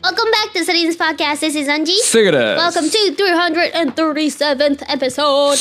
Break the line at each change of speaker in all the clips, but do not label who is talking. Welcome back to Citizens Podcast. This is Anji.
セグです
Welcome to 337th episode.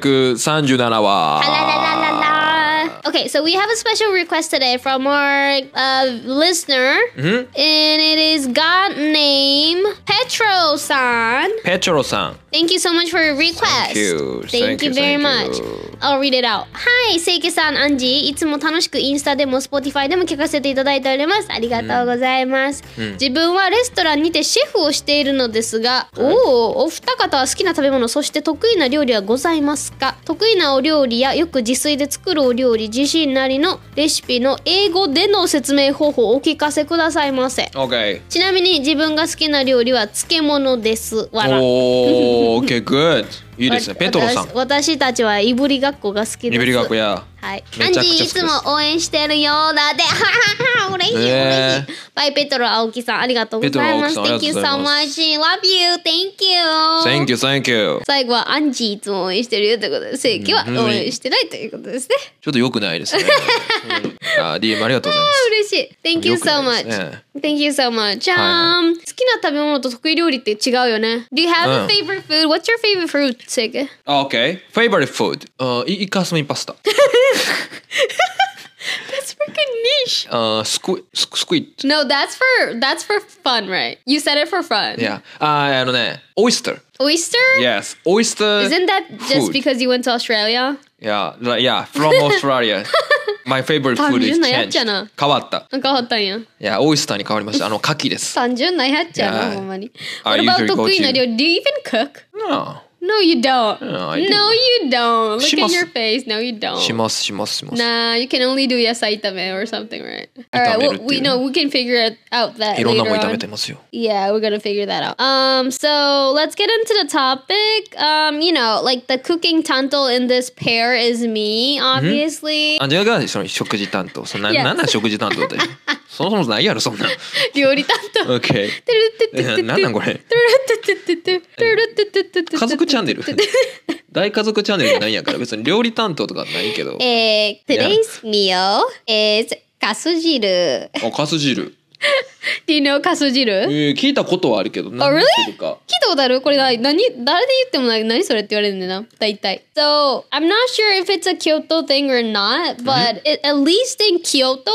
337話
La la la la la. Okay, so we have a special request today from our uh, listener,
Mm-hmm.
and it is God name Petro san.
ペチョロさん
Thank you so much for your request.
Thank you.
Thank
Thank
you
you,
very
thank
much.
you.
I'll read it out. はい、せいけさん、アンジー。いつも楽しくインスタでも Spotify でも聞かせていただいております。ありがとうございます。自分はレストランにてシェフをしているのですが、おお、お二方は好きな食べ物、そして得意な料理はございますか得意なお料理やよく自炊で作るお料理、自身なりのレシピの英語での説明方法をお聞かせくださいませ。
OK
ちなみに自分が好きな料理は漬物です。わら。
おー OK good いいですね
わ
ペトロさん
私私たちはいぶりがっこが好きです
ニブリ学や
はいアン
め
ジ
ちゃくちゃ好
ー
き
い
です
つも応援してるようだ で嬉しい嬉しい、
ね
バイペトロ青木さんありがとうございます
ペトロ青
Thank
木
you
さん
so
あ
much love you thank you
Thank you thank you
最後はアンジーいつも応援してるよということで正規は応援してないということですね
ちょっと良くないですねうんあ DM ありがとうございま
あ
す
嬉しい Thank you
よく
so
な
much
いですね
Thank you so much じゃーん好きな食べ物と得意料理って違うよね Do you have
う
a
ん
favorite food? What's your favorite food? 正規
あ OK favorite food あイイカスミパスタ
That's freaking niche
あスクイスクスクイッ
No, that's for that's for fun, right? You said it for fun.
いやああのねオイスター
Oyster?
Yes oyster
Isn't that just
Food.
because you went to Australia?
Yeah, like, yeah, from Australia. My favorite
単
food is
純なやっちゃ
changed.
な
変わった。
なんかあったんや。
いや、オイスターに変わりました。あの、牡蠣です。
単純なやっちゃな、
Yeah.
ほんまに。
I
What about
usually go
得意
to-
な料理 Do you even cook?
No.
No, you don't.
Yeah,
No,
I do.
you don't. Look
し
at
ます
your face. No, you don't.
します、します、します。
Nah, you can only do yasai itame or something, right? All right,
炒めるっていう
well, we know we can figure it out that
いろんな
later
もん炒め
on.
てますよ。
Yeah, we're gonna figure that out. Um, so let's get into the topic. Um, you know, like the cooking tantal in this pair is me, obviously.
あ、じゃあ、その食事担当。そんな、
Yes.
なんなん食事担 当って。そもそもないやろ、そんなん。
料理担当。
OK。なんなんこれ家族チャ ンネル大家族チャンネルじゃないんやから、別に料理担当とかないけど。
えー、today's Eh, meal is カス汁。
あ、カス汁。
Do you know カス汁
えー、聞いたことはあるけど、
Oh,
何
really?
するか。
So i I'm not sure if it's a Kyoto thing or not, but it, at least in Kyoto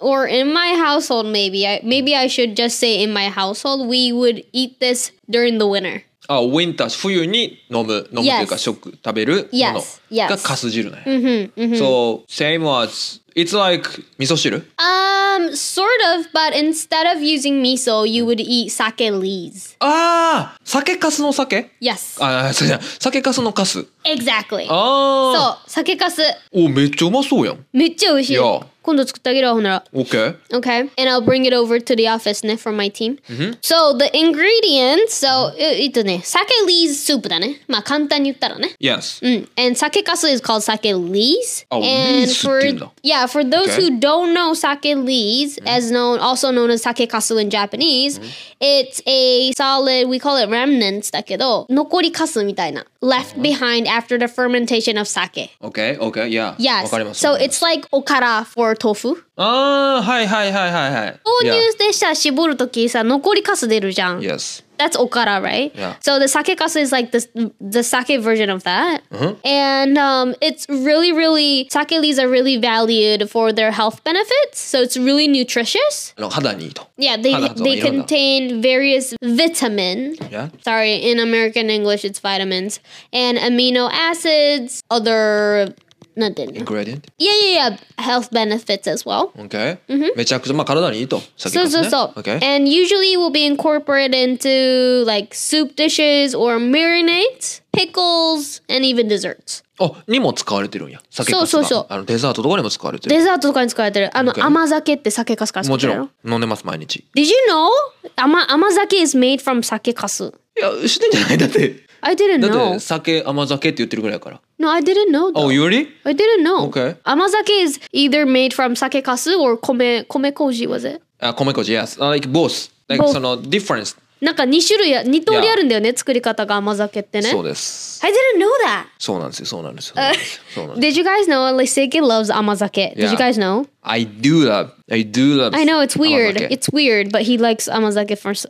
or in my household, maybe I maybe I should just say in my household we would eat this during the winter.
あ、ウィンター、冬に飲む、飲むという
Yes.
か、食、食べるも
Yes,
の
yes.
がカス汁なんや。So same as it's like 味噌汁
Um, sort of, but instead of using miso, you would eat sake lees.
ああ酒かすの酒
Yes,
ああそうじゃ酒かすのかす
exactly.
Oh. ああ
そう、酒かす。
おめっちゃうまそうやん
めっちゃ美味しい。
Yeah.
今度作ってあげるわ、ほんなら。
OK
Okay, and I'll bring it over to the office ne, for my team.
Mm-hmm.
So the ingredients, so it, ne, sake lees soup だね。まあ簡単に言ったらね。
Yes
うん。And Mm, sake kasu is called sake lees.
Oh,
and
lees
for
っていうんだ
yeah, for those
Okay. Mm-hmm.
who don't know sake lees, as known also known as sake kasu in Japanese, it's a solid we call it remnants だけど残りカスみたいな
Mm-hmm.
left behind after the fermentation of sake.
OK OK Yeah わ
Yes.
かります
So it's like okara for tofu.
ああはいはいはいはいはい
豆乳でさ絞るときさ残りカス出るじゃん。
Yeah. Yes
That's okara, right?
Yeah.
So the sake kasu is like this the sake version of that.
Mm-hmm.
And um, it's really, really sake leaves are really valued for their health benefits. So it's really nutritious.
あの肌にいいと
Yeah, they
Ah, that's
they
all, you know that.
contain various vitamin.
Yeah
Sorry, in American English it's vitamins and amino acids, other nothing.
Ingredient
Yeah, yeah, yeah. Health benefits as well.
OK めちゃくちゃまあ体にいいと酒かす
So,
ね
so, so.
OK
And usually will be incorporated into like soup dishes or marinades, pickles, and even desserts.
あにも使われてるんや酒かすが
そうそうそう
あのデザートとかにも使われてる
デザートとかに使われてる。あの、
Okay.
甘酒って酒かすから作
も
って
ち
る
ろ
やろ
ん飲んでます毎日
Did you know? 甘甘酒 is made from 酒かす。
いや知ってんじゃないだって
I didn't
だ
know.
って酒甘酒って言ってるぐらいやから。
No, I didn't know. though.
Oh, you really?
I didn't know.
Okay.
甘酒 is either made from 酒かす or 米米麹 was it?
あ、米麹 yes. Uh, Like both. Like
Both.
その difference
なんか2種類や2通りあるんだよね作り方が甘酒ってね
そうです。
I didn't know that
そうなんですよ。そうな んですよ。そうなんですよそうなんです
Did you guys know Liseke loves amazake? Did you
Yeah.
guys know?
I do love. I do love.
I know it's weird.
amazake.
It's weird, but he likes amazake for s-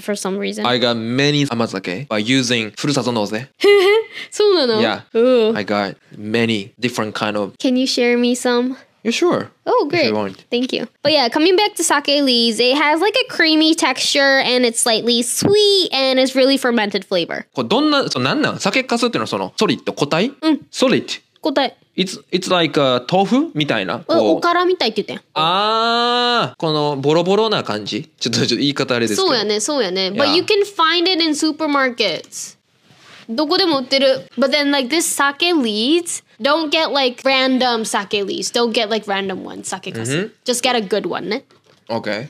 for some reason.
I got many amazake by using ふるさと納 税。
そうなの
Yeah.
Ooh.
I got many different kind of.
Can you share me some?
You sure?
Oh,
If
great.
you want.
Thank you. But yeah, coming back to sake leaves, it has like a creamy texture and it's slightly sweet and it's really fermented flavor.
これどんな、そうなんなん酒粕っていうのはその、ソリッド、固体
うん。
ソリッ
答え、
ド。It's, it's like a 豆腐みたいな。
お
こう
おからみたいって言ってん。
あー、このボロボロな感じ。ちょっと、ちょっと言い方あれですけど。
そうやね、そうやね。But eh.
Yeah.
you can find it in supermarkets. どこでも売ってる。But then like this sake leaves, don't get like random sake leaves. Don't get like random one, sake かす。Just get a good one ね。
Okay.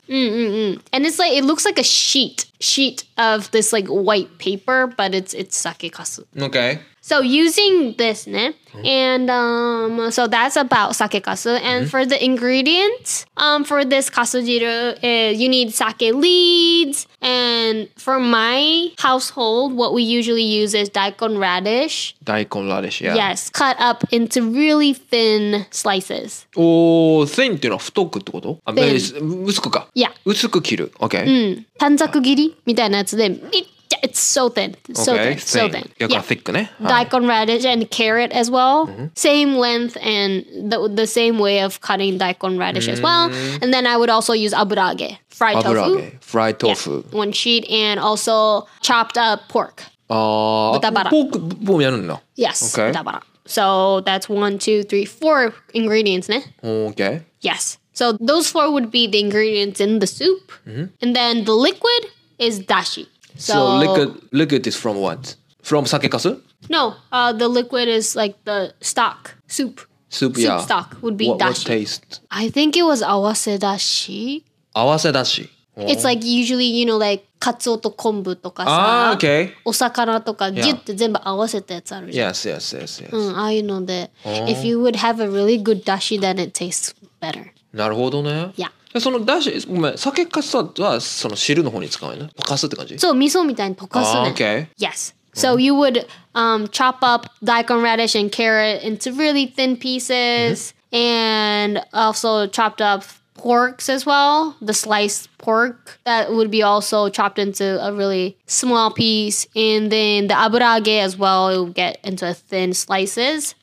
And it's like it looks like a sheet sheet of this like white paper, but it's it's sake kasu.
Okay.
So using this ne, and um, so that's about sake kasu. And for the ingredients, um, for this kasu jiru, uh, you need sake leaves. And for my household, what we usually use is daikon radish.
大根ラデシア。
Yes, cut up into really thin slices.
おー、thin っていうのは太くってことあ、
Thin
えー薄くか。
Yeah.
薄く切る。Okay.
短冊切りみたいなやつで、めっちゃ- It's so thin. So
Okay.
thin. So
thin
thin.
逆は
Yeah.
thick ね。はい
Daikon
Ah.
radish and carrot as well.
Mm-hmm.
Same length and the, the same way of cutting daikon radish as well.
Mm.
And then I would also use aburage, fried
油
tofu.
揚げ。フライ豆腐。
One sheet and also chopped up pork.
あ
豚バラ
ー、ポーク、ポークやるんだ。
Yes.
Okay.
butabara. So that's one, two, three, four ingredients. Ne?
Okay.
Yes. So those four would be the ingredients in the soup. And then the liquid is dashi. So,
Mm-hmm. So liquid, liquid is from what? From 酒かす
No, uh, the liquid is like the stock soup.
Soup,
Soup
yeah.
stock would be
What, what
dashi.
taste?
I think it was awase dashi.
合わせだし。
It's like usually you know like カツオと昆布とかさ、
あー、okay. Ah,
お魚とかギュって全部合わせたやつあるじゃん。
Yes, yes, yes, yes.
Mm, うん、ああいうので、if you would have a really good dashi, then it tastes better.
なるほどね。
Yeah.
でそのだし、ごめん、酒かすはその汁の方に使うよね。溶かすって感じ。
そう、味噌みたいに溶かすね。
Ah, okay.
Yes. So you would um, chop up daikon radish and carrot into really thin pieces, and also chopped up porks as well. The sliced pork that would be also chopped into a really small piece, and then the aburage as well. It would get into thin slices,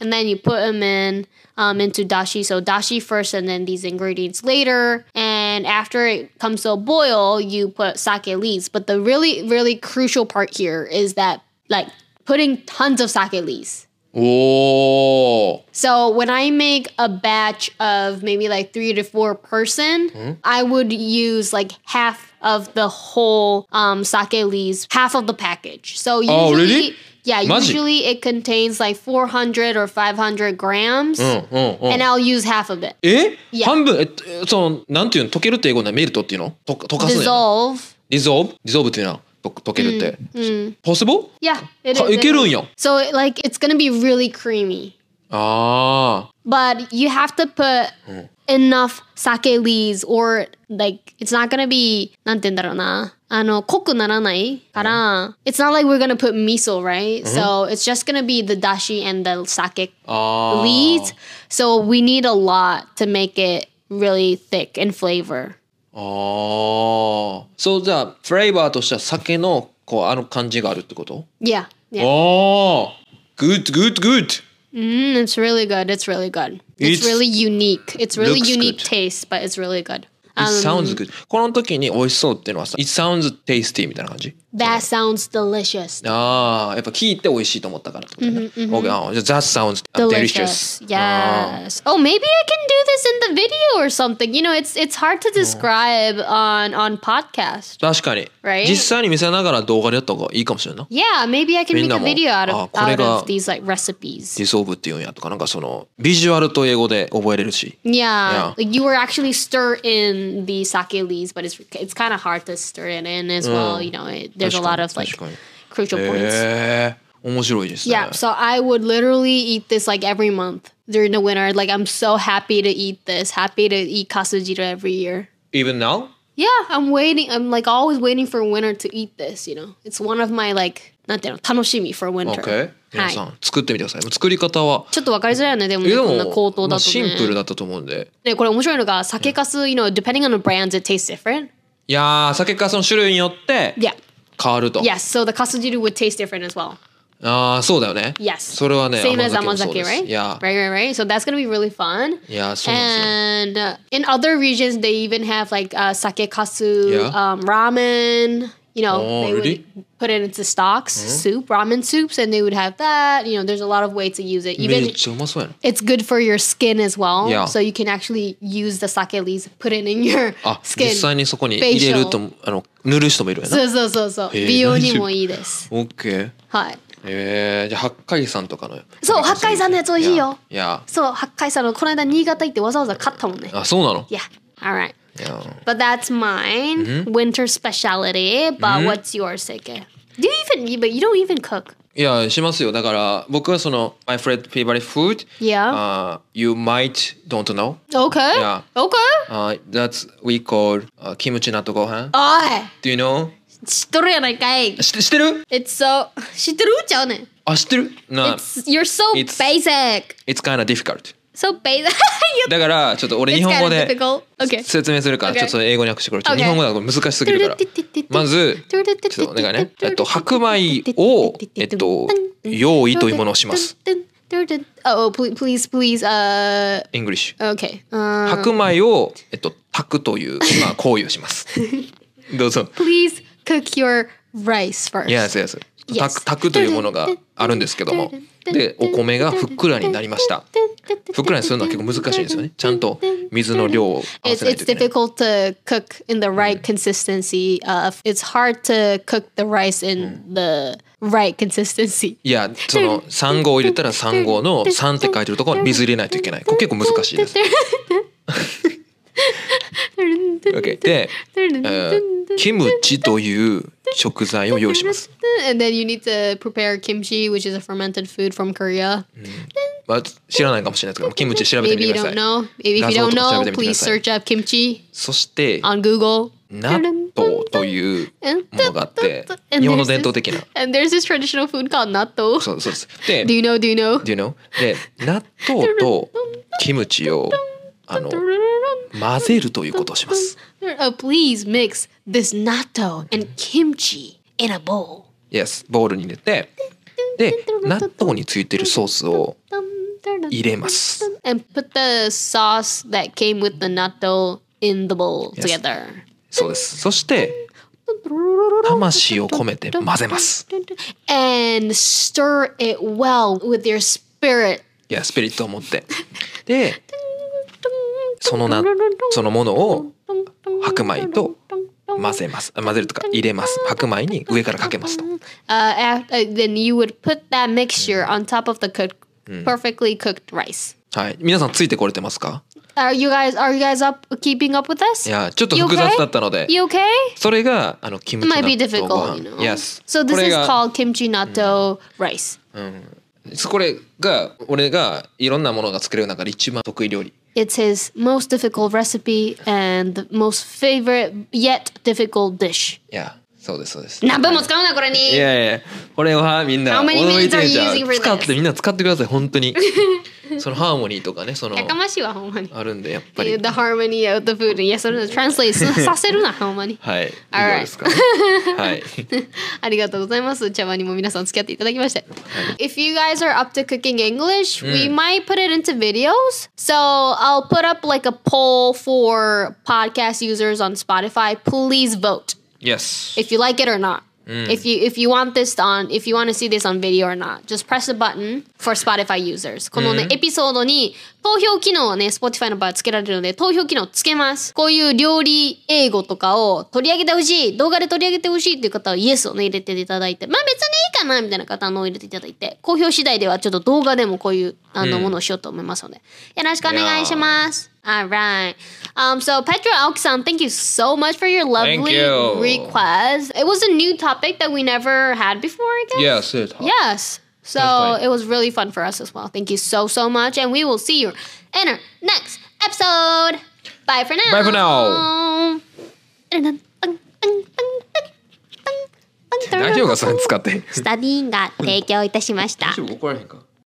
and then you put them in um, into dashi. So dashi first, and then these ingredients later. And after it comes to a boil, you put sake leaves. But the really, really crucial part here is that like putting tons of sake leaves.
おお。
So when I make a batch of maybe like three to four person,
Mm-hmm.
I would use like half of the whole um, sake leaves, half of the package. So usually,
Oh, really?
yeah,
Magic.
usually it contains like 400 or 500 grams,
うんうんうん。
and I'll use half of it.
え
Yeah.
半分、えっと、その、なんていうの、溶けるって英語でメルトっていうのと溶かすのよ。
Dissolve.
リゾーブリゾーブっていうのは、と溶けるって。ポスボ
Yeah, it
あ、い
is.
けるん
it is.
や。
So like it's gonna be really creamy.
ああ。
but you have to put enough sake leaves or like it's not gonna be なんて言うんだろうなあの濃くならないから、it's not like we're gonna put miso right so it's just gonna be the dashi and the sake
ああ。
leaves so we need a lot to make it really thick in flavor
ああ。そう、じゃあ、フレーバーとしては酒の、こう、あの感じがあるってこと
yeah yeah
ああ。good, good, good.
mm, it's really good it's really good it's,
It's-
really unique it's really
looks
unique
good.
taste but it's really good
It
Um,
sounds good. この時に美味しそうっていうのはさ、It sounds tasty みたいな感じ
that sounds delicious
ああ、やっぱ聞いて美味しいと思ったからってことね。Okay, あーじゃあ That sounds delicious. Oh.
delicious. Yes. Oh, maybe I can do this in the video or something. You know, it's it's hard
Oh.
to describe on on podcast.
確かに。
Right?
実際に見せながら動画でやった方がいいかもしれんな。
Yeah, maybe I can make a
みんなも、
video out of
あ、これが-
out of these like recipes.
ディソーブっていうんやとか、なんかその、ビジュアルと英語で覚えれるし。
Yeah,
Yeah.
like you were actually stir in the sake leaves, but it's it's kind of hard to stir it in as
Mm.
well. You know, it, there's a lot of like
確かに。
crucial
へ
points.
え面白いですね。
Yeah, so I would literally eat this like every month during the winter. Like I'm so happy to eat this. Happy to eat kasujira every year.
Even now?
Yeah, I'm waiting. I'm like always waiting for winter to eat this, you know. It's one of my like なんていうの楽しみ for winter.
OK 皆
はい
さん、作ってみてください作り方は
ちょっとわかりづらいよね、でも
え
ね、
で
こんな口
も、
頭
まあ
だと
シ
ね。
ンプルだったと思うんで
ね、これ面白いのが、酒かす、you know, depending on the brands, it tastes different.
いやー酒かすの種類によって
Yeah.
変わると
Yes, so the かす汁 would taste different as well.
ああそうだよね
Yes.
それはね
same as
甘
amazake,
もそうです
right?
いや
Right, right, right. So that's gonna be really fun.
いやそうなん
And
で
uh, in other regions, they even have like uh, sake kasu,
Yeah.
um, ramen. You know,
Oh,
they
really? Uh-huh.
would put it into stocks, soup, ramen soups, and they would have that. You know, there's a lot of ways to use it.
すよめ
Even
っちゃうまそうやん
it's good for your skin as well.
Yeah.
So you can actually use the sake leaves, put it in your
あ Ah, 実
skin.
際にそこに入れるとあの塗る人もいるやな
So, so, so, so.
へえ、
美容に
大丈夫。
もいいです。
オッケー
はい。
えー、じゃあ八海山とかの
そう八海山のやつ美味しいよ
いや
そう、八海さんのこの間新潟行ってわざわざ買ったもんね
い。やあそうなの
Yeah. All right.
いや
But that's mine.
Mm-hmm.
Winter speciality. But what's yours, Seke? Do you even? you- But you don't even cook.
いやしますよだから僕はその My favorite favorite food
Yeah.
あー you might don't know
Okay.
Yeah.
Okay.
あー that's we call、uh, キムチ納豆ご飯
お
Do you know?
い、知っとるやないかい。
知って知ってる
It's so 知ってるちゃうねん。
あ知ってるな
It's you're so
Uh, It's-
basic.
It's kind of difficult
So basic.
だからちょっと俺
It's
日本語
kinda
で
difficult. Okay.
説明するから
Okay.
ちょっと英語に訳してくれちょっと
Okay.
日本語だと難しすぎるからま ずちょっとお願いねえっと白米をえっと用意というものをします。
Oh, please, please, please. Uh,
English
okay. Uh,
白米をえっと炊くというまあ行為をし ますどうぞ
please cook your rice first.
Yes, yes 炊
Yes.
く炊くというものがあるんですけどもでお米がふっくらになりましたふっくらにするのは結構難しいんですよねちゃんと水の量を合わ
It's,
せない
it's
といけない
difficult to cook in the right consistency. Uh, it's hard to cook the rice in the right consistency.
いやその3号入れたら3号の3って書いてるところに水入れないといけないこれ結構難しいです OK で、えーキムチという食材を用意します。
And then you need to prepare kimchi, which is a fermented food from Korea.
まあ、知らないかもしれないですけど、キムチ調べて
Maybe
み
you
てくださ
don't
い。
know. Maybe if you
画像
don't
とか調
know,
べてみてくだ
please
さい。
search up kimchi
そして、
on Google.
納豆というものがあって、日本の伝統的な。
And there's this traditional food called natto.
そうそうです。で、
Do you know? Do you know?
eh, do you know? で、納豆とキムチをあの混ぜるということをします。
Oh, please mix this natto and kimchi in a bowl.
Yes、ボウルに入れて、で、納豆についてるソースを入れます。
And put the sauce that came with the natto in the bowl
Yes.
together.
そうです。そして、魂を込めて混ぜます。
And stir it well with your spirit.
いやスピリットを持ってでそのなそのものを白米と混ぜますあ混ぜるとか入れます白米に上からかけますと
Uh, af- uh, then you would put that mixture on top of the cooked, perfectly cooked rice.
はい皆さんついてこれてますか
Are you guys are you guys up keeping up with us?
いやちょっと複雑だったので
You okay?
それがあのキム
It
チ納
might be
豆ご
difficult,
飯
you know.
Yes
So
こ
this
れ
is
が
called kimchi natto rice.
これが俺がいろんなものが作れる中で一番得意料理
It's his most difficult recipe and the most favorite yet difficult dish.
いやそうですそうですい
何分も使うなこれに。
やいやこれはみんな
How many
驚いてるじゃ
minutes are you using for
ん
this?
使ってみんな使ってください本当に そのハーモニーとかねその
やかましいわほんまに。
あるんでやっぱり
The harmony of the food. いやそれ translate させるなほんまに。
はい。以
Alright
上ですか。 はい。
ありがとうございます。茶碗にも皆さん付き合っていただきまして。If you guys are up to cooking English, we might put it into videos. So I'll put up like a poll for podcast users on Spotify. Please vote
Yes.
if you like it or not. If you if you want this on if you want to see this on video or not, just press the button for Spotify users. このね、エピソードに投票機能をね Spotify の場合はつけられるので投票機能つけます。こういう料理英語とかを取り上げてほしい動画で取り上げてほしいっていう方は Yes をね入れていただいてまあ別にいいかなみたいな方のを入れていただいて好評次第ではちょっと動画でもこういうあのものをしようと思いますのでよろしくお願いします。Alright. Um, so Petra Aoksan, thank you so much for your
Thank
lovely
you.
request. It was a new topic that we never had before, I guess.
Yes. It.
Yes. So
Definitely.
it was really fun for us as well. Thank you so, so much. And we will see you in our next episode. Bye for now.
Bye for now. 何をがそれ使って
スタディーンが提供いたしました
大丈夫怒られへんか